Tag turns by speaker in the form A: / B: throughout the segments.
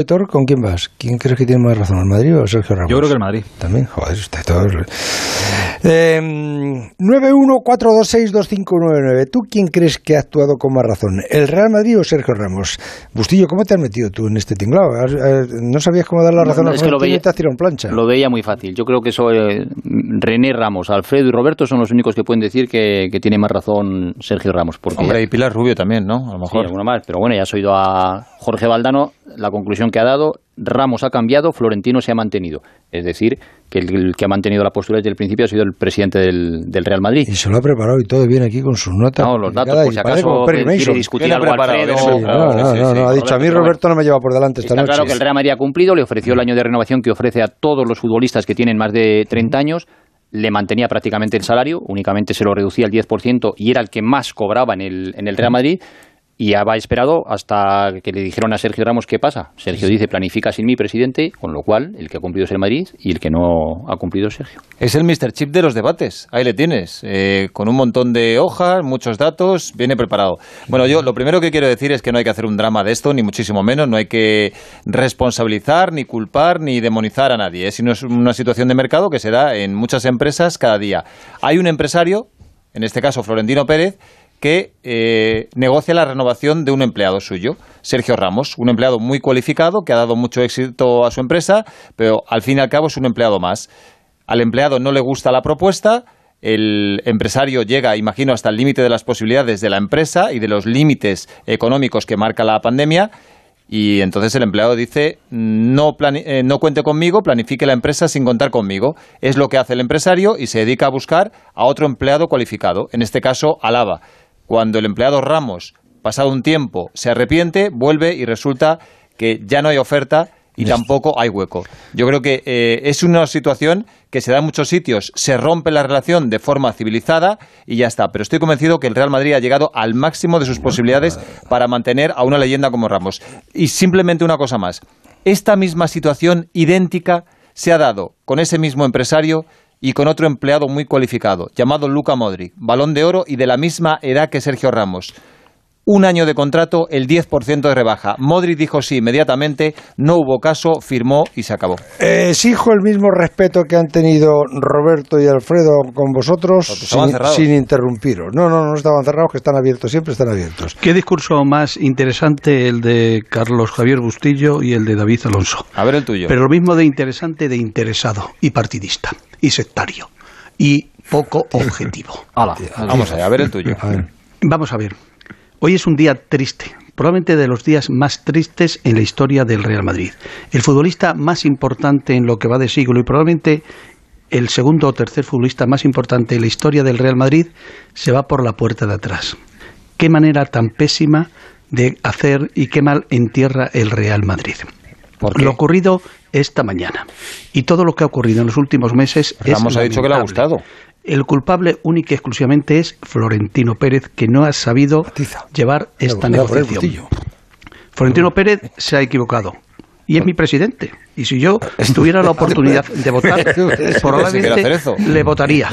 A: de Thor, ¿con quién vas? ¿Quién crees que tiene más razón, el Madrid o Sergio Ramos?
B: Yo creo que el Madrid.
A: También, joder, está todo. Eh, 914262599. ¿Tú quién crees que ha actuado con más razón, el Real Madrid o Sergio Ramos? Bustillo, ¿cómo te has metido tú en este tinglado? ¿Has- eh, ¿No sabías cómo dar la razón
C: no,
A: a
C: es que lo
A: Florentino y
C: veía-
A: te has tirado en plancha?
C: Lo veía muy fácil. Yo creo que eso, eh, René Ramos, Alfredo y Roberto son los únicos que pueden decir que, que tiene más razón Sergio Ramos. Porque
B: Hombre, y Pilar Rubio también, ¿no? A lo
C: Sí,
B: mejor.
C: alguno más. Pero bueno, ya has oído a Jorge Valdano la conclusión que ha dado. Ramos ha cambiado, Florentino se ha mantenido. Es decir, que el, el que ha mantenido la postura desde el principio ha sido el presidente del, del Real Madrid.
A: Y se lo ha preparado y todo bien aquí con sus notas.
C: No, los datos, por si
A: publicadas y parece
C: acaso
A: como Perry
C: quiere
A: Mason.
C: discutir
B: Viene
C: algo
B: preparado,
C: Alfredo.
A: Sí,
B: No,
A: no,
B: claro,
A: no,
B: sí,
A: no,
B: sí.
A: no, ha dicho a mí
C: Roberto,
A: Roberto no me lleva por delante esta
C: Está
A: noche.
C: claro que el Real Madrid ha cumplido, le ofreció el año de renovación que ofrece a todos los futbolistas que tienen más de 30 años, le mantenía prácticamente el salario, únicamente se lo reducía al 10% y era el que más cobraba en el, en el Real Madrid. Y había esperado hasta que le dijeron a Sergio Ramos qué pasa. Sergio dice, planifica sin mi presidente, con lo cual el que ha cumplido es el Madrid y el que no ha cumplido es Sergio.
B: Es el Mr. Chip de los debates. Ahí le tienes. eh, con un montón de hojas, muchos datos, viene preparado. Bueno, yo lo primero que quiero decir es que no hay que hacer un drama de esto, ni muchísimo menos. No hay que responsabilizar, ni culpar, ni demonizar a nadie. Es sino es una situación de mercado que se da en muchas empresas cada día. Hay un empresario, en este caso Florentino Pérez, que eh, negocia la renovación de un empleado suyo, Sergio Ramos, un empleado muy cualificado que ha dado mucho éxito a su empresa, pero al fin y al cabo es un empleado más. Al empleado no le gusta la propuesta, el empresario llega, imagino, hasta el límite de las posibilidades de la empresa y de los límites económicos que marca la pandemia. Y entonces el empleado dice, no, plani- eh, no cuente conmigo, planifique la empresa sin contar conmigo. Es lo que hace el empresario y se dedica a buscar a otro empleado cualificado, en este caso Alaba. Cuando el empleado Ramos, pasado un tiempo, se arrepiente, vuelve y resulta que ya no hay oferta y tampoco hay hueco. Yo creo que eh, es una situación que se da en muchos sitios, se rompe la relación de forma civilizada y ya está. Pero estoy convencido que el Real Madrid ha llegado al máximo de sus posibilidades para mantener a una leyenda como Ramos. Y simplemente una cosa más. Esta misma situación idéntica se ha dado con ese mismo empresario y con otro empleado muy cualificado, llamado Luca Modric, balón de oro y de la misma edad que Sergio Ramos un año de contrato, el 10% de rebaja. Modric dijo sí inmediatamente, no hubo caso, firmó y se acabó.
A: Eh, exijo el mismo respeto que han tenido Roberto y Alfredo con vosotros
B: Porque estaban
A: sin,
B: cerrados.
A: sin interrumpiros. No, no, no estaban cerrados, que están abiertos, siempre están abiertos.
D: ¿Qué discurso más interesante el de Carlos Javier Bustillo y el de David Alonso?
B: A ver el tuyo.
D: Pero lo mismo de interesante de interesado y partidista y sectario y poco objetivo.
C: Ala.
B: Vamos allá, a ver el tuyo.
A: A ver.
D: Vamos a ver. Hoy es un día triste, probablemente de los días más tristes en la historia del Real Madrid. El futbolista más importante en lo que va de siglo y probablemente el segundo o tercer futbolista más importante en la historia del Real Madrid se va por la puerta de atrás. Qué manera tan pésima de hacer y qué mal entierra el Real Madrid.
B: ¿Por qué?
D: Lo ocurrido esta mañana y todo lo que ha ocurrido en los últimos meses es
B: Ramos ha dicho que le ha
D: lamentable.
B: gustado.
D: El culpable única y exclusivamente es Florentino Pérez, que no ha sabido
A: Matiza.
D: llevar esta
A: Voy a poner el
D: negociación.
A: cuchillo.
D: Florentino Pérez se ha equivocado. Y es mi presidente. Y si yo tuviera la oportunidad de votar,
B: Pensé que
D: probablemente
B: era Cerezo.
D: le votaría.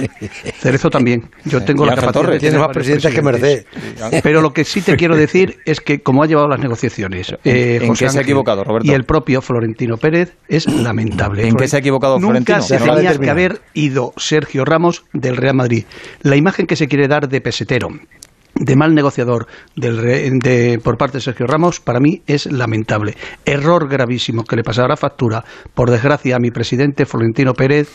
D: Cerezo también. Yo tengo
B: Y
D: la
B: Ángel
D: capacidad
B: Torres.
D: de tener
A: Tiene más
D: varios
A: presidentes que
D: presidentes.
B: Mercedes.
D: Pero lo que sí te quiero decir es que, como ha llevado las negociaciones, eh,
B: ¿En qué
D: José
B: se ha
D: Ángel
B: equivocado, Roberto?
D: Y el propio Florentino Pérez es lamentable.
B: ¿En qué se ha equivocado
D: Nunca
B: Florentino?
D: se
A: No lo ha
D: tenía que
A: determinado.
D: haber ido Sergio Ramos del Real Madrid. La imagen que se quiere dar de pesetero, de mal negociador del re- de- por parte de Sergio Ramos, para mí es lamentable. Error gravísimo que le pasará factura, por desgracia, a mi presidente Florentino Pérez.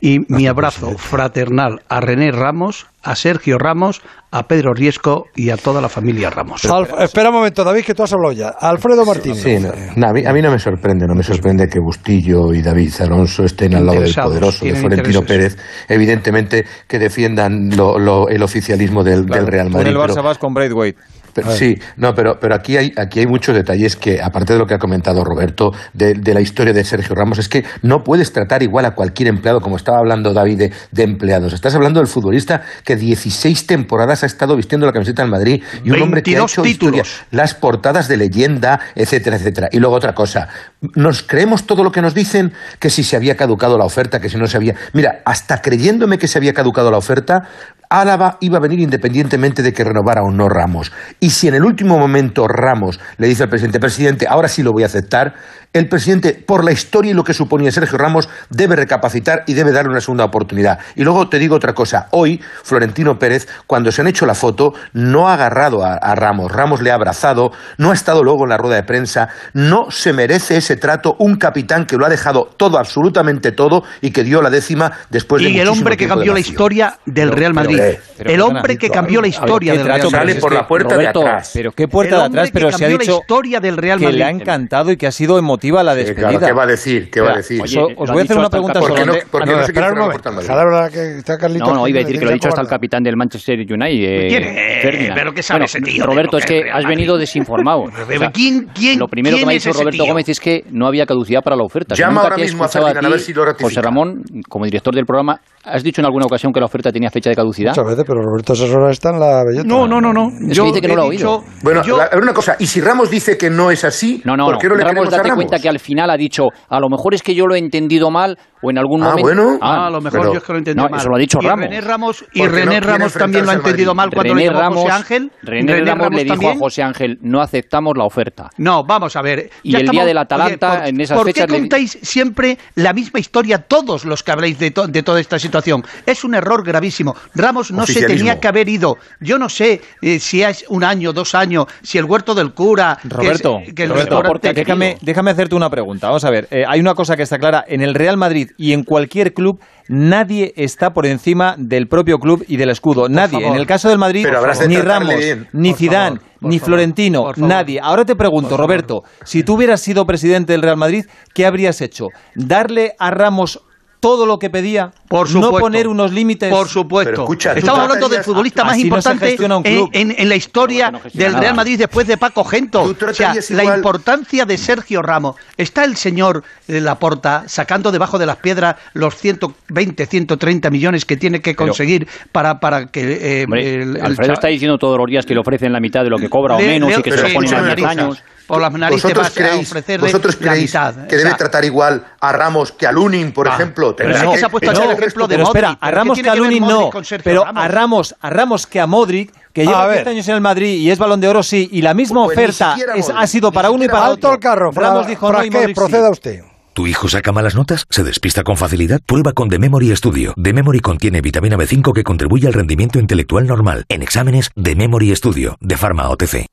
D: Y mi abrazo fraternal a René Ramos, a Sergio Ramos, a Pedro Riesco y a toda la familia Ramos.
A: Alf- espera un momento, David, que tú has hablado ya. Alfredo Martínez.
E: Sí, no, no, a, mí, a mí no me sorprende, no me sorprende que Bustillo y David Alonso estén al lado del
D: Interesados,
E: poderoso, de
D: tienen
E: Florentino
D: intereses.
E: Pérez, evidentemente que defiendan lo- lo- el oficialismo del,
B: Claro,
E: del Real
B: tú
E: Madrid.
B: En el
E: pero-
B: Barça Ah. vas con Braithwaite.
E: pero- sí, no, pero, pero aquí, hay, aquí hay muchos detalles que, aparte de lo que ha comentado Roberto, de, de la historia de Sergio Ramos, es que no puedes tratar igual a cualquier empleado, como estaba hablando David, de, de empleados. Estás hablando del futbolista que 16 temporadas ha estado vistiendo la camiseta del Madrid y un hombre que ha
D: 22
E: hecho historia
D: títulos.
E: las portadas de leyenda, etcétera, etcétera. Y luego otra cosa, nos creemos todo lo que nos dicen, que si se había caducado la oferta, que si no se había... Mira, hasta creyéndome que se había caducado la oferta, Álava iba a venir independientemente de que renovara o no Ramos. Y si en el último momento Ramos le dice al presidente, presidente, ahora sí lo voy a aceptar, el presidente, por la historia y lo que suponía Sergio Ramos, debe recapacitar y debe darle una segunda oportunidad. Y luego te digo otra cosa. Hoy, Florentino Pérez, cuando se han hecho la foto, no ha agarrado a, a Ramos. Ramos le ha abrazado, no ha estado luego en la rueda de prensa. No se merece ese trato un capitán que lo ha dejado todo, absolutamente todo, y que dio la décima después de
D: Y el
E: muchísimo
D: hombre que
E: tiempo de
D: cambió la
E: vacío.
D: historia del Real
E: eh,
D: Madrid.
B: pero
D: el
B: perdona,
D: hombre que cambió la
B: a ver,
D: historia
B: ¿qué
D: del
B: trato pero
D: Real
E: Sale
B: si
D: Madrid.
B: es
E: por
B: que,
E: la puerta de
B: Roberto,
E: atrás.
B: Pero qué puerta
D: El
B: de atrás,
D: hombre
B: pero
D: que
B: se ha
D: cambió la
B: dicho
D: historia del Real
B: que le ha
D: Madrid.
B: encantado y que ha sido emotiva la
E: Sí,
B: despedida.
E: Eh, claro, ¿qué va a decir? ¿Qué va a
B: Espera,
E: decir?
B: os-
C: Oye,
B: os
C: lo
B: voy a hacer
C: ha dicho
B: una
C: hasta el
B: pregunta solo.
C: capitán.
E: ¿Por qué no-
B: antes-
E: por qué no
B: antes-
E: se
A: Espera un
E: Quiero
A: momento.
E: recortar Madrid.
A: Ojalá ahora que está Carlitos,
C: No, no, iba a decir que lo he
A: me diría
C: dicho hasta el
A: cobarde.
C: capitán del Manchester United. eh,
D: ¿Quién es?
C: Ferdinand.
D: ¿Pero qué sabe
C: Bueno,
D: ese tío de
C: Roberto,
D: lo
C: es
D: que es
C: que
D: Real
C: has
D: Madrid?
C: venido desinformado.
D: Pero ¿quién- quién-
C: lo primero
D: quién
C: que me ha
D: es
C: dicho
D: ese
C: Roberto
D: tío?
C: Gómez es que no había caducidad para la oferta. Si
E: Llama
C: nunca
E: ahora
C: te he
E: mismo a
C: escuchado
E: Ferdinand, a
C: ti,
E: ver si lo ratifica.
C: José Ramón, como director del programa, ¿has dicho en alguna ocasión que la oferta tenía fecha de caducidad?
A: Muchas veces, pero Roberto Sesora está en la bellota.
D: No, no, no, no.
C: que dice que no
D: he
C: lo ha oído.
D: dicho-
E: Bueno,
D: yo-
E: la- a ver una cosa, y si Ramos dice que no es así,
C: No, no,
E: ¿por qué no,
C: no.
E: le
C: Ramos,
E: queremos a
C: date
E: Ramos?
C: cuenta que al final ha dicho, a lo mejor es que yo lo he entendido mal o en algún
E: Ah,
C: momento...
E: bueno.
D: Ah, a lo mejor
E: pero-
D: yo es que lo entendí
C: No,
D: mal.
C: eso lo ha dicho
D: y
C: Ramos.
D: René Ramos, y
E: Porque no
D: René
E: quiere
D: Ramos también lo
E: enfrentarse
D: ha
E: al
D: entendido mal
E: Madrid.
D: cuando
C: René
D: lo llamó
C: Ramos,
D: José Ángel.
C: René Ramos le dijo
D: también.
C: a José Ángel, no aceptamos la oferta.
D: No, vamos a ver.
C: Y el día del Atalanta,
D: por-
C: en esas
D: ¿por
C: fechas
D: qué
C: le-
D: contáis siempre la misma historia todos los que habláis de, to- de toda esta situación? Es un error gravísimo. Ramos no se
E: Oficialismo.
D: tenía que haber ido. Yo no sé eh, si es un año, dos años, si el huerto del cura... que es-
B: Roberto,
D: que el
B: Roberto,
D: restaurante
B: porque déjame,
D: querido.
B: déjame hacerte una pregunta. Vamos a ver, eh, hay una cosa que está clara. En el Real Madrid y en cualquier club, nadie está por encima del propio club y del escudo. nadie.
D: favor.
B: En el caso del Madrid,
E: Pero habrás de
B: ni
E: tratarle
B: Ramos,
E: bien.
B: ni
D: Por
B: Zidane,
D: favor, por
B: ni
D: favor,
B: Florentino,
D: por favor.
B: nadie. Ahora te pregunto, Roberto, si tú hubieras sido presidente del Real Madrid, ¿qué habrías hecho? ¿Darle a Ramos todo lo que pedía?
D: Por supuesto.
B: ¿No poner unos límites?
D: Por supuesto.
E: Pero escucha, tú
D: Estamos hablando del
E: tratas-
D: futbolista más
B: Así no se
D: importante
B: gestiona un
D: en,
B: club.
D: en- en la historia
C: Pero no gestiona
D: del Real
C: nada.
D: Madrid después de Paco Gento.
E: Tú
D: O sea,
E: tratarías
D: la
E: igual-
D: importancia de Sergio Ramos. Está el señor eh, Laporta sacando debajo de las piedras los 120, 130 millones que tiene que conseguir para, para que eh,
C: Hombre,
D: el- el
C: Alfredo
D: cha-
C: está diciendo todos los días que le ofrecen la mitad de lo que cobra o
D: Le-
C: menos
D: le-
C: y que
D: pero
C: se lo ponen a
E: escúchame
C: 10
E: una cosa.
C: años.
D: por las narices
E: ¿Vosotros
D: vas a
E: creéis,
D: ofrecerle
E: vosotros
D: la
E: creéis
D: mitad.
E: que
D: O
E: debe
D: sea,
E: tratar igual a Ramos que a Lunin, por
D: Ah,
E: ejemplo?
D: pero
E: Tendrá
D: no, que se ha puesto a
B: pero-
D: hacer ejemplo de
B: pero espera,
D: Modric,
B: a
D: pero
B: Ramos
D: ¿qué
B: que a
D: tiene que ver
B: Lunin
D: Modric
B: no,
D: con Sergio
B: pero
D: Ramos?
B: a Ramos, a Ramos que a Modric, que
A: A
B: lleva
A: ver.
B: 10 años en el Madrid y es balón de oro, sí, y la misma
E: Pues ni
B: oferta
E: siquiera
B: es-
E: Modric,
B: ha sido
E: ni
B: para uno y
E: siquiera
B: para
E: Modric.
B: otro.
A: Alto el carro. Fra-
B: Ramos dijo no y
A: Fraqué,
B: Modric sí.
A: proceda usted.
F: ¿Tu hijo saca malas notas? ¿Se despista con facilidad? Prueba con The Memory Studio. The Memory contiene vitamina B5 que contribuye al rendimiento intelectual normal. En exámenes, The Memory Studio, de Pharma OTC.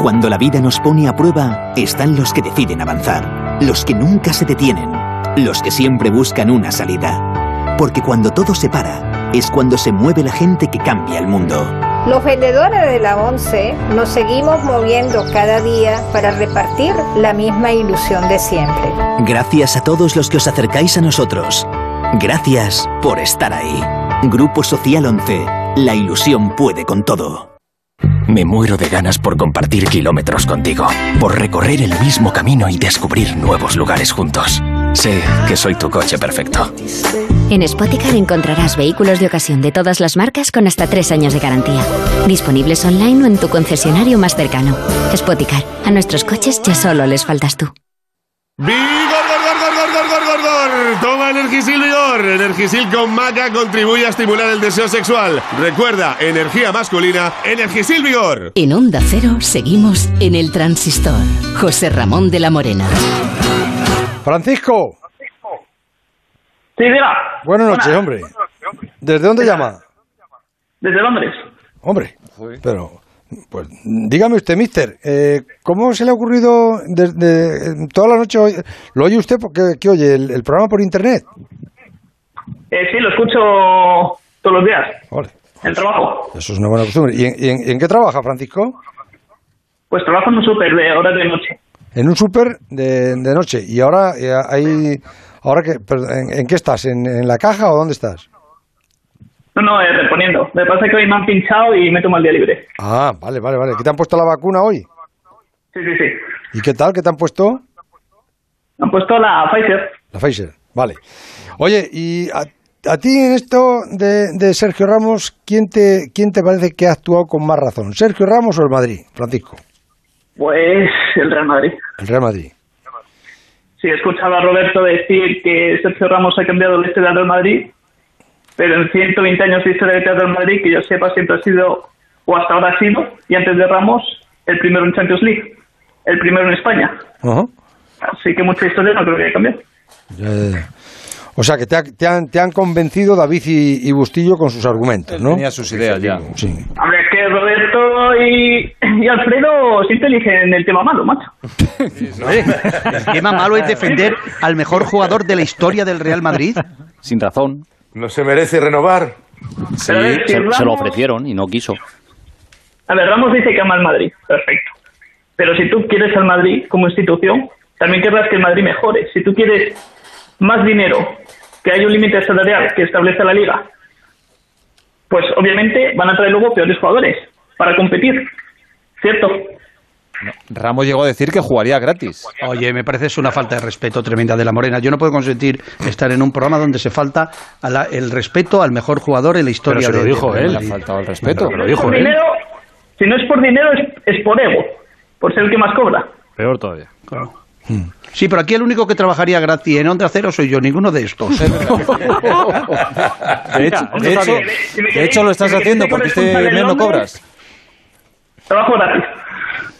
G: Cuando la vida nos pone a prueba, están los que deciden avanzar, los que nunca se detienen, los que siempre buscan una salida. Porque cuando todo se para, es cuando se mueve la gente que cambia el mundo.
H: Los vendedores de la ONCE nos seguimos moviendo cada día para repartir la misma ilusión de siempre.
G: Gracias a todos los que os acercáis a nosotros. Gracias por estar ahí. Grupo Social 11. La ilusión puede con todo. Me muero de ganas por compartir kilómetros contigo, por recorrer el mismo camino y descubrir nuevos lugares juntos. Sé que soy tu coche perfecto.
I: En Spoticar encontrarás vehículos de ocasión de todas las marcas con hasta tres años de garantía. Disponibles online o en tu concesionario más cercano. Spoticar, a nuestros coches ya solo les faltas tú.
J: ¡Vigor, gor, gor, gor, gor, gor, gor, gor! Toma Energisil Vigor. Energisil con maca contribuye a estimular el deseo sexual. Recuerda, energía masculina, Energisil Vigor.
I: En Onda Cero seguimos en el transistor. José Ramón de la Morena.
A: Francisco,
K: Sí, diga.
A: buenas noches, hombre. ¿Desde dónde llama?
K: Desde Londres.
A: Hombre, pero... Pues dígame usted, mister, eh, ¿cómo se le ha ocurrido desde toda la noche? hoy- ¿Lo oye usted? porque qué oye? ¿El, el programa por internet?
K: Eh, sí, lo escucho todos los días.
A: Vale,
K: El trabajo.
A: eso es una buena costumbre. ¿Y en, y en- y en qué trabaja, Francisco?
K: Pues trabajo en un súper de horas de noche.
A: En un súper de, de noche. ¿Y ahora eh, hay... Ahora que, perdón, ¿en, en qué estás? ¿En, en la caja o dónde estás?
K: No, no, eh, reponiendo. Me pasa que hoy me han pinchado y me tomo el día libre.
A: Ah, vale, vale, vale. ¿Qué te han puesto la vacuna hoy?
K: Sí, sí, sí.
A: ¿Y qué tal? ¿Qué te han puesto?
K: Me han puesto la Pfizer.
A: La Pfizer, vale. Oye, y a, a ti en esto de, de Sergio Ramos, ¿quién te, ¿quién te parece que ha actuado con más razón? ¿Sergio Ramos o el Madrid, Francisco?
K: Pues el Real Madrid.
A: El Real Madrid.
K: Sí, escuchaba a Roberto decir que Sergio Ramos ha cambiado la historia del Real Madrid, pero en 120 años de historia del Real Madrid, que yo sepa, siempre ha sido, o hasta ahora ha sido, y antes de Ramos, el primero en Champions League. el primero en España.
A: Ajá.
K: Así que mucha historia no creo que haya cambiado.
A: Ya, ya, ya. Eh, O sea, que te, ha- te han, te han convencido David y, y Bustillo con sus argumentos, ¿no?
B: Tenía sus ideas ya.
A: Sí.
K: Hombre, es que Roberto y, y Alfredo siempre eligen el tema malo, macho.
D: El tema malo es defender al mejor jugador de la historia del Real Madrid.
C: Sin razón.
E: ¿No se merece renovar?
C: Sí,
K: Pero a ver, si
C: se, se lo
K: Ramos-
C: ofrecieron y no quiso.
K: A ver, Ramos dice que ama al Madrid, perfecto. Pero si tú quieres al Madrid como institución, también querrás que el Madrid mejore. Si tú quieres más dinero, que haya un límite salarial que establece la liga, pues obviamente van a traer luego peores jugadores para competir, ¿cierto?
B: Ramos llegó a decir que jugaría gratis.
D: Oye, me parece es una falta de respeto tremenda de la Morena. Yo no puedo consentir estar en un programa donde se falta a la- el respeto al mejor jugador en la historia.
L: Pero se lo
D: de-
L: dijo
D: del
L: él.
B: Le
D: Real Madrid.
B: ha faltado el respeto.
L: Pero lo dijo
D: ¿eh?
K: Por
L: él.
K: dinero, si no es por dinero, es, es por ego, por ser el que más cobra.
L: Peor todavía.
B: Hmm.
D: Sí, pero aquí el único que trabajaría gratis en Onda Cero soy yo, ninguno de estos.
B: De hecho,
K: Mira,
B: de
K: eso
B: hecho,
K: está bien. Si me
B: de hecho lo
K: queréis-
B: estás
K: si me
B: haciendo
K: queréis
B: porque este
K: corresponsal en
B: mes no
K: Londres,
B: cobras.
K: Trabajo gratis.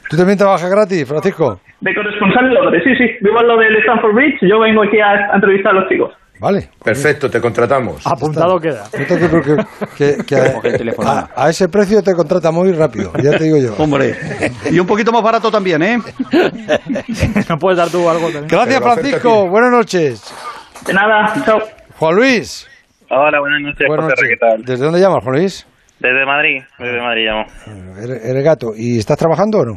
A: ¿Tú también trabajas gratis, Francisco?
K: De corresponsal en Londres, sí, sí. Vivo al lado del Stanford Bridge, yo vengo aquí a, a entrevistar a los chicos.
A: Vale.
E: Perfecto, te contratamos.
L: Apuntado queda.
A: No te preocupes, que, que- que
C: Coge el teléfono.
B: Ah,
A: a, a ese precio te contrata muy rápido, ya te digo yo.
D: Hombre, y un poquito más barato también, ¿eh?
L: ¿No puedes dar tú algo también?
A: Gracias,
E: Pero la oferta
A: Francisco.
E: tiene.
A: Buenas noches.
K: De nada, chao.
A: Juan Luis.
K: Hola, buenas noches,
A: Buenas noches. ¿Desde dónde llamas, Juan Luis?
K: Desde Madrid, desde Madrid llamo.
A: Eres, eres gato. ¿Y estás trabajando o no?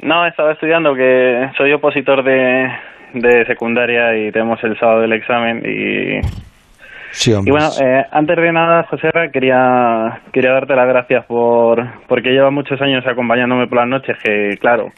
K: No, estaba estudiando que soy opositor de, de secundaria y tenemos el sábado el examen y,
A: Sí,
K: y
A: hombre.
K: bueno, eh, antes de nada, José quería, quería darte las gracias por porque llevas muchos años acompañándome por las noches que, claro,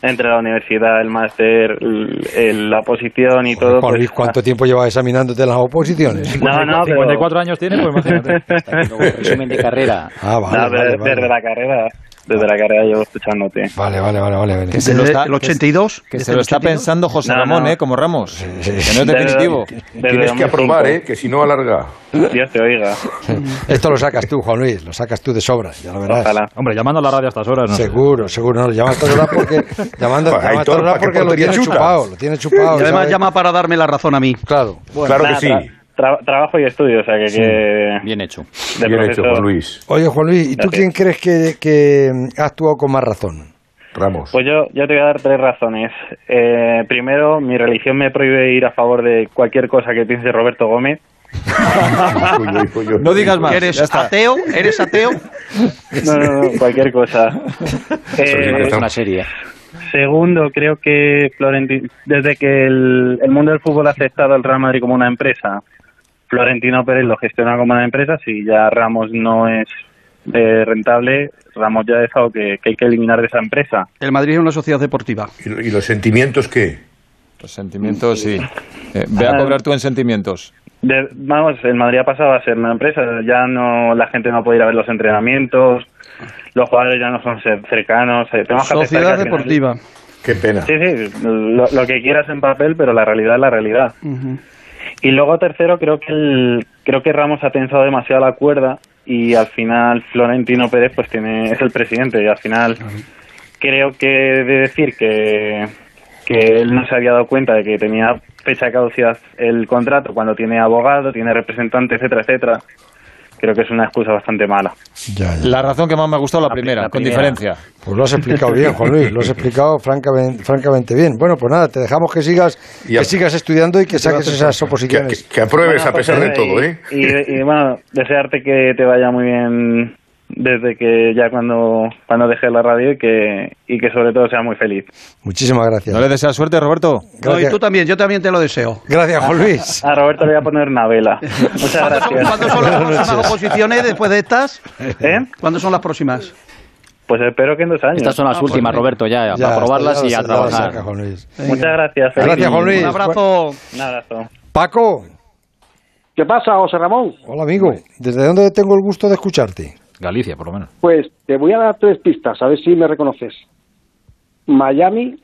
K: entre la universidad, el máster, el- el- la posición y
A: Joder,
K: todo...
A: Juan
K: pues,
A: Luis,
E: ah.
A: ¿cuánto tiempo llevas examinándote las oposiciones?
K: No, no, pero-
L: 54 años tiene, pues imagínate.
C: Resumen de carrera.
A: Ah, vale.
K: no, pero
A: vale,
K: desde
A: vale.
K: la carrera, desde la carrera llevo escuchándote.
A: Vale, vale, vale, vale, vale.
B: se lo
D: Desde
B: está-
D: el 82.
B: Que
D: desde
B: se
D: el
B: lo está
D: 82.
B: pensando José
K: No,
B: Ramón,
K: no.
B: ¿eh? Como Ramos. Que no es
K: Desde-
B: definitivo.
K: desde
E: Tienes que
K: 2005.
E: aprobar, ¿eh? Que si no, alarga.
K: Dios te oiga.
A: Esto lo sacas tú, Juan Luis, lo sacas tú de sobra, ya lo verás.
K: Ojalá.
L: Hombre, llamando a la radio a estas horas, no. sé.
A: Seguro, seguro, no, lo llamas todas horas porque, llamando,
E: Pues,
A: llamas
E: Aitor,
A: todas horas
E: ¿para qué
A: porque lo
E: portería
A: tiene
E: chutas?
A: chupado, lo tiene chupado.
D: Y además
A: ¿sabes?
D: llama para darme la razón a mí.
A: Claro.
E: claro que
K: Nada,
E: sí.
K: tra- tra- trabajo y estudio, o sea que... que-
C: Bien hecho.
K: eh, de
E: Bien
K: profesor-
E: hecho, Juan Luis.
A: Oye, Juan Luis,
E: Eh,
A: ¿y tú
K: Gracias.
A: quién crees que, que ha actuado con más razón?
E: Ramos.
K: Pues yo, yo te voy a dar tres razones. Eh, primero, mi religión me prohíbe ir a favor de cualquier cosa que piense Roberto Gómez.
E: Uy, uy, uy, uy.
B: No digas más.
D: ¿Eres
B: ya está.
D: ateo? ¿Eres ateo?
K: No, no, no, cualquier cosa. Eh,
C: Es una serie.
K: segundo, creo que Florentino, desde que el, el mundo del fútbol ha aceptado al Real Madrid como una empresa, Florentino Pérez lo gestiona como una empresa. Si ya Ramos no es eh, rentable, Ramos ya es algo que- que hay que eliminar de esa empresa.
D: El Madrid es una sociedad deportiva.
E: ¿Y lo- ¿Y los sentimientos qué?
B: Los Pues sentimientos, sí. Eh, ve a cobrar tú en sentimientos.
K: De- vamos, el Madrid ha pasado a ser una empresa. Ya no, la gente no puede ir a ver los entrenamientos, los jugadores ya no son cer- cercanos. eh, tenemos que aceptar que
D: Sociedad
K: al final-
D: deportiva.
E: Qué pena.
K: Sí, sí, lo, lo que quieras en papel, pero la realidad es la realidad. Y luego tercero, creo que el, creo que Ramos ha tensado demasiado la cuerda y al final Florentino Pérez pues tiene es el presidente y al final creo que de decir que que él no se había dado cuenta de que tenía fecha de caducidad el contrato cuando tiene abogado, tiene representante, etcétera, etcétera. Creo que es una excusa bastante mala.
A: Ya, ya.
B: La razón que más me ha gustado, la,
K: La pri-
B: primera,
K: la
B: con
K: primera.
B: diferencia.
A: Pues lo has explicado bien, Juan Luis, lo has explicado francamente, francamente bien. Bueno, pues nada, te dejamos que sigas,
E: Y a-
A: que sigas estudiando y que saques esas
E: Que, que-
A: oposiciones.
E: que apruebes
K: Bueno,
E: a pesar de
K: José,
E: todo, ¿eh?
K: Y, y, y, bueno, desearte que te vaya muy bien desde que ya cuando, cuando dejes la radio y que, y que sobre todo seas muy feliz.
A: Muchísimas gracias.
B: ¿No le deseas suerte, Roberto?
D: No, y
A: Gracias.
D: tú también, yo también te lo deseo.
A: Gracias, Juan Luis.
K: A Roberto le voy a poner una vela. Muchas
D: ¿Cuándo son,
K: gracias.
D: cuándo son las próximas oposiciones después de estas?
K: ¿Eh?
D: ¿Cuándo son las próximas?
K: Pues espero que en dos años.
C: Estas son las últimas, Roberto, ya,
A: Ah, pues Ya,
C: para probarlas
A: ya
C: y a
A: lo sé, ya lo
C: trabajar.
A: saca, Juan Luis.
K: Muchas gracias. feliz
A: Gracias,
K: día.
A: Juan Luis.
D: Un abrazo.
K: Un abrazo.
A: Paco,
M: ¿Qué pasa, José Ramón?
A: hola amigo, ¿desde dónde tengo el gusto de escucharte?
L: Galicia, por lo menos.
M: Pues te voy a dar tres pistas, a ver si me reconoces. Miami,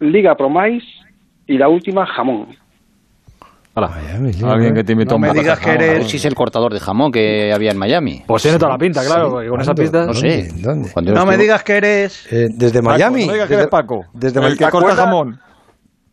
M: Liga Promais y la última, Jamón.
B: Hala.
L: eh.
B: Alguien que te invitó a un bocata de jamón.
C: A ver si es el cortador de jamón que había en Miami.
L: Pues tiene toda la pinta, claro, porque con esa pista-
C: No sé.
A: ¿Dónde?
C: Cuando yo
D: No me
C: estuve-
D: digas que eres.
A: Eh, desde
L: Paco,
A: Miami.
L: no digas que
A: desde,
L: eres Paco.
A: Desde
L: El
A: Miami.
L: que corta
A: ¿Recuerdas-
L: jamón.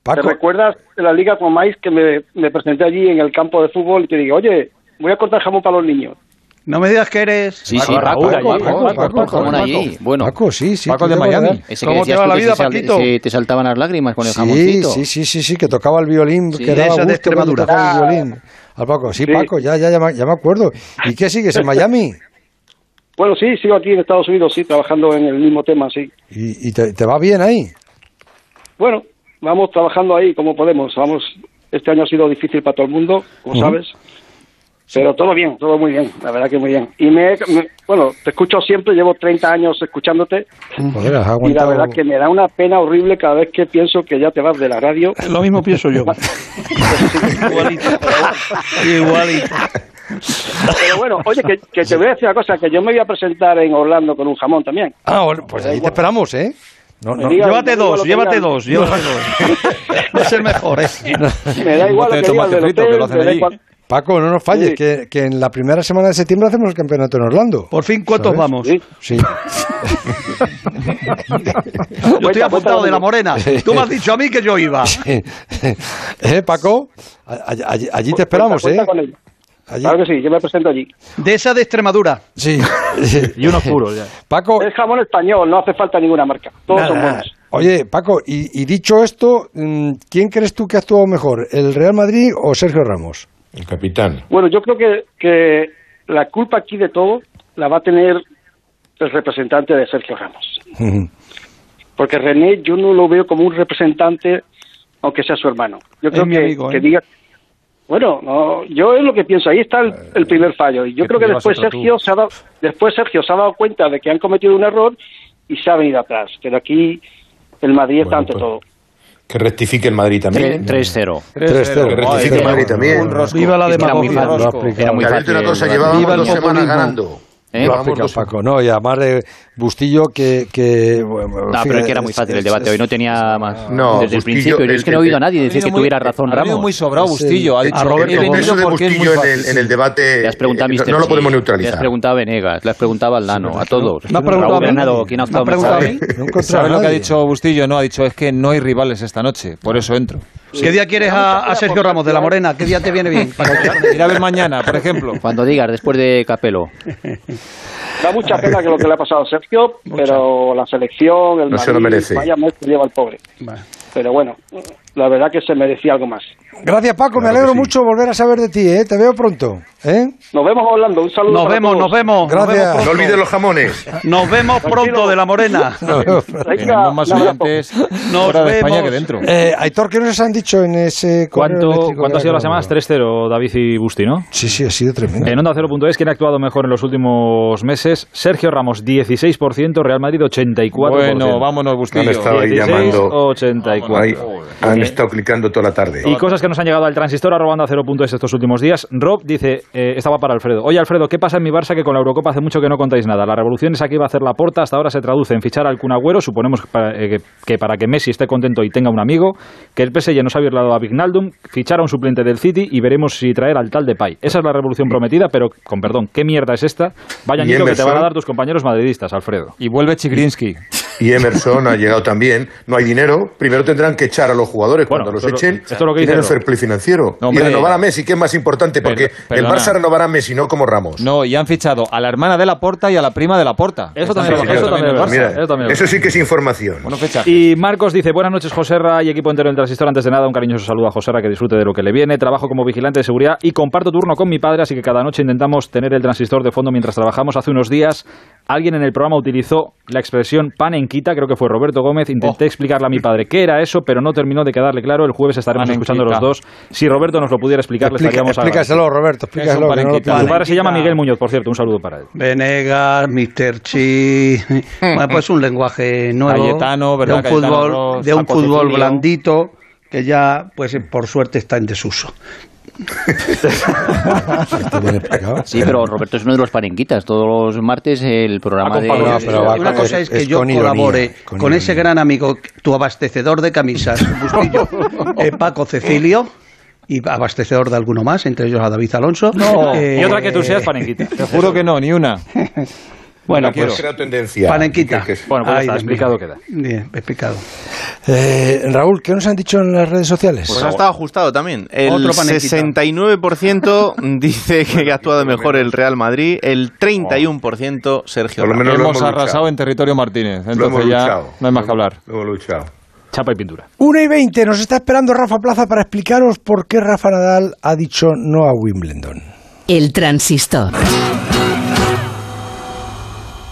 A: Paco.
M: ¿Te recuerdas de la liga con Mike que me, me presenté allí en el campo de fútbol y te dije, oye, voy a cortar jamón para los niños?
D: No me digas que eres.
C: Sí, sí, Paco, Paco, Paco, Paco, jamón allí. Bueno,
A: Paco, sí, sí.
C: Paco
A: tú
C: de
A: te
C: Miami.
A: acuerdas.
C: Ese que decías tú que se sal- se te saltaban las lágrimas con el
A: Sí,
C: jamoncito.
A: sí, sí, sí, sí, que tocaba el violín,
C: Sí.
A: que daba
C: Eso de
A: gusto cuando
C: Extremadura.
A: tocaba el violín. Al Paco, sí,
M: Sí.
A: Paco, ya, ya, ya, me- ya me acuerdo. ¿Y qué sigues en Miami?
M: Bueno, sí, sigo aquí en Estados Unidos, sí, trabajando en el mismo tema, sí.
A: ¿Y, y te, te va bien ahí?
M: Bueno, vamos trabajando ahí como podemos. Vamos, este año ha sido difícil para todo el mundo, como
A: Ujú.
M: sabes. Pero todo bien, todo muy bien, la verdad que muy bien. Y me, me- bueno, te escucho siempre, llevo 30 años escuchándote
A: Joder, has
M: y la
A: aguantado.
M: verdad que me da una pena horrible cada vez que pienso que ya te vas de la radio.
D: Lo mismo pienso yo. Igualito.
M: Pero bueno, oye, que, que te voy a decir una cosa, que yo me voy a presentar en Orlando con un jamón también.
A: Ah, bueno, pues ahí te esperamos, ¿eh? No,
M: Me
A: no.
M: diga-
D: Llévate
M: me diga lo
D: dos,
M: que
D: llévate
M: digan.
D: dos, llévate dos. Va a ser mejor. ¿eh?
M: Me da igual lo que digan del hotel, me da igual-
A: Paco, no nos falles,
M: Sí.
A: que, que en la primera semana de septiembre hacemos el campeonato en Orlando.
D: Por fin, ¿cuántos
A: ¿Sabes?
D: vamos?
M: Sí.
A: Sí.
D: Yo estoy
M: Cuenta,
D: apuntado
M: cuenta,
D: de la
M: Rodrigo.
D: morena. Tú me has dicho a mí que yo iba.
A: ¿Eh, Paco? A- a- Allí, allí te esperamos,
M: Cuenta, cuenta
A: ¿eh?
M: con ello.
A: Allí-
M: Claro que sí, yo me presento allí.
D: De esa de Extremadura.
A: Sí.
L: Y unos puros ya.
A: Paco,
M: Es jamón español, no hace falta ninguna marca. Todos son
A: Nada.
M: buenos.
A: Oye, Paco, y, y dicho esto, mm, ¿quién crees tú que ha actuado mejor, el Real Madrid o Sergio Ramos?
E: El capitán.
M: Bueno, yo creo que, que la culpa aquí de todo la va a tener el representante de Sergio Ramos. Porque René yo no lo veo como un representante, aunque sea su hermano. Yo creo
D: mi
M: que,
D: amigo,
M: que
D: ¿eh?
M: diga... Bueno, no, yo es lo que pienso. Ahí está el, el primer fallo. Y
L: Eh,
M: yo
L: Que
M: creo
L: te
M: que
L: llevas
M: después
L: otro tú.
M: Sergio, se ha dado, después Sergio se ha dado cuenta de que han cometido un error y se ha venido atrás. Pero aquí el Madrid está
E: Bueno,
M: ante
E: pues,
M: todo.
E: Que rectifique el Madrid
C: Tre-
E: también.
C: 3-0.
A: 3-0.
E: Que rectifique el Madrid también.
D: Viva la
C: Era muy
D: demagogia.
C: fácil.
A: Lo ha explicado.
C: Era muy
E: Te aviento
C: fácil.
E: una cosa,
C: el
E: llevábamos
D: Viva el
E: dos semanas
D: populismo.
E: ganando.
C: ¿Eh?
A: Lo ha
E: Llevábamos
A: explicado
E: dos-
A: Paco, no, y además de Bustillo que... que bueno, eh,
C: No,
A: fíjate,
C: pero es que era muy fácil el debate. Hoy no tenía más.
E: No,
C: desde el
E: Bustillo,
C: principio. Yo es que no he
E: el-
C: oído a nadie
B: Ha
C: decir
B: venido
C: que
B: muy-
C: tuviera razón
B: ha venido
C: Ramos.
B: muy sobrado Bustillo. Ha
E: El-
B: dicho,
E: el
B: "He venido
E: peso de
B: porque es muy
E: Bustillo en
B: fácil".
E: el, en el debate
C: Le has preguntado a
E: eh,
C: Mr.
E: no lo podemos
C: Sí,
E: neutralizar.
C: Le has preguntado a Venegas, le has preguntado a Lano, a todos.
A: Me ha preguntado a
C: Raúl
A: mí.
C: Granado, ¿quién ha
D: Me ha
C: optado más?
D: preguntado a mí.
A: No he encontrado
B: ¿Sabes
A: a
B: lo que ha
A: nadie.
B: dicho Bustillo? No, ha dicho es que no hay rivales esta noche, por eso entro.
D: ¿Qué día quieres a, a Sergio Ramos de la Morena? ¿Qué día te viene bien?
B: Ir a ver mañana, por ejemplo.
C: Cuando digas, después de Capelo.
M: Da mucha pena que lo que le ha pasado a Sergio, pero la selección, el
E: No se lo
M: Madrid,
E: merece.
M: vaya mes que lleva el pobre. Pero bueno, la verdad que se merecía algo más.
A: eh, Gracias, Paco,
E: Claro
A: me
E: que
A: alegro
E: sí.
A: mucho volver a saber de ti, ¿eh? Te veo pronto, ¿eh?
M: Nos vemos hablando, un saludo.
D: Nos
M: para
D: vemos,
M: todos.
D: nos vemos.
A: Gracias.
E: No olvides los jamones.
D: Nos vemos pronto de la Morena.
M: Venga,
B: Tenemos más
M: un abrazo.
B: oyentes
D: Nos
B: fuera de España
D: vemos.
B: que dentro.
A: Eh, Aitor, ¿qué nos han dicho en ese... correo
L: ¿Cuánto,
A: eléctrico
L: ¿cuánto
A: que
L: ha sido
A: ha
L: las semanas?
A: grabado?
L: 3-0, David y Busti, ¿no?
A: Sí, sí, ha sido tremendo.
L: En Onda 0.es, ¿quién ha actuado mejor en los últimos meses? Sergio Ramos, 16%, Real Madrid, 84%.
B: Bueno, vámonos, Bustillo.
E: Han estado ahí
L: 16,
E: llamando.
L: 84.
E: Ahí han estado clicando toda la tarde.
L: Y cosas que nos han llegado al transistor arrobando a 0.es estos últimos días. Rob dice, eh, estaba para Alfredo. Oye, Alfredo, ¿qué pasa en mi Barça que con la Eurocopa hace mucho que no contáis nada? La revolución esa que iba a hacer la porta hasta ahora se traduce en fichar al Kun Agüero, suponemos que para, eh, que, que para que Messi esté contento y tenga un amigo, que el PSG nos ha violado a Vignaldum, fichar a un suplente del City y veremos si traer al tal de Pay. Esa es la revolución prometida, pero con perdón, ¿qué mierda es esta? Vaya
E: ¿Y
L: nido que te
E: Emerson?
L: van a dar tus compañeros madridistas, Alfredo.
B: Y vuelve Chigrinsky.
E: Y Emerson ha llegado también. No hay dinero. Primero tendrán que echar a los jugadores
L: Bueno,
E: cuando los
L: esto es lo-
E: echen.
L: esto es lo que
E: Tienen
L: dice
E: el fair play financiero.
B: No,
E: y
B: hombre.
E: renovar a Messi, que es más importante, porque
B: Pero- perdona.
E: el Barça renovará a Messi, no como Ramos.
B: No, y han fichado a la hermana de la Porta y a la prima de la Porta.
L: Eso
E: Sí,
L: también,
E: señor.
L: eso también, es Barça,
E: Mira,
L: eso también es
E: eso sí que es información.
B: Bueno, fecha.
L: Y Marcos dice, buenas noches Joserra y equipo entero del transistor. Antes de nada, un cariñoso saludo a Joserra, que disfrute de lo que le viene. Trabajo como vigilante de seguridad y comparto turno con mi padre, así que cada noche intentamos tener el transistor de fondo mientras trabajamos. Hace unos días alguien en el programa utilizó la expresión panenquita, creo que fue Roberto Gómez. Intenté explicarle a mi padre qué era eso, pero no terminó de quedarle claro. El jueves estaremos
B: Panenquita.
L: escuchando los dos. Si Roberto nos lo pudiera explicar, le
A: Explica-
L: estaríamos agradecidos.
A: explícaselo, Roberto, explícaselo. que no lo
B: parenquita.
L: Su
A: pillo.
L: padre se llama Miguel Muñoz, por cierto. Un saludo para él.
D: Venegas, Mr. Chi. Bueno, pues un lenguaje nuevo.
B: Cayetano, ¿verdad?
D: De un
B: Cayetano
D: fútbol,
B: Ross,
D: de un
B: Paco
D: fútbol
B: Cecilio.
D: blandito que ya, pues por suerte, está en desuso.
A: Está bien explicado.
C: Sí, pero Roberto es uno de los parenquitas. Todos los martes el programa
L: Ah, con
C: de...
L: Pablo,
D: Pero-
A: pero va
D: una
A: con-
D: cosa es que
A: es
D: yo
A: con ironía,
D: colabore
A: con
D: con,
A: ironía.
D: ese gran amigo, tu abastecedor de camisas, Bustillo, eh, Paco Cecilio, y abastecedor de alguno más, entre ellos a David Alonso.
L: No.
D: Eh,
L: y otra que tú seas panenquita.
B: Te juro que no, ni una.
D: Bueno,
B: quiero.
D: pues,
B: Era
E: tendencia.
D: Panenquita.
E: Que- que-
L: Bueno, pues ya
D: Ay,
L: está,
D: Dios
L: explicado
D: mío.
L: queda.
D: Bien, explicado.
A: Eh, Raúl, ¿qué nos han dicho en las redes sociales?
C: Pues ha estado ajustado también. El
A: Otro panenquita.
C: 69% dice que ha actuado mejor el Real Madrid, el 31% Sergio Ramos.
B: hemos, arrasado en territorio Martínez. Entonces
C: hemos
B: ya
C: luchado.
B: no hay más que hablar.
E: hemos luchado.
L: Chapa y pintura.
A: Una y 20, nos está esperando Rafa Plaza para explicaros por qué Rafa Nadal ha dicho no a Wimbledon.
N: El transistor.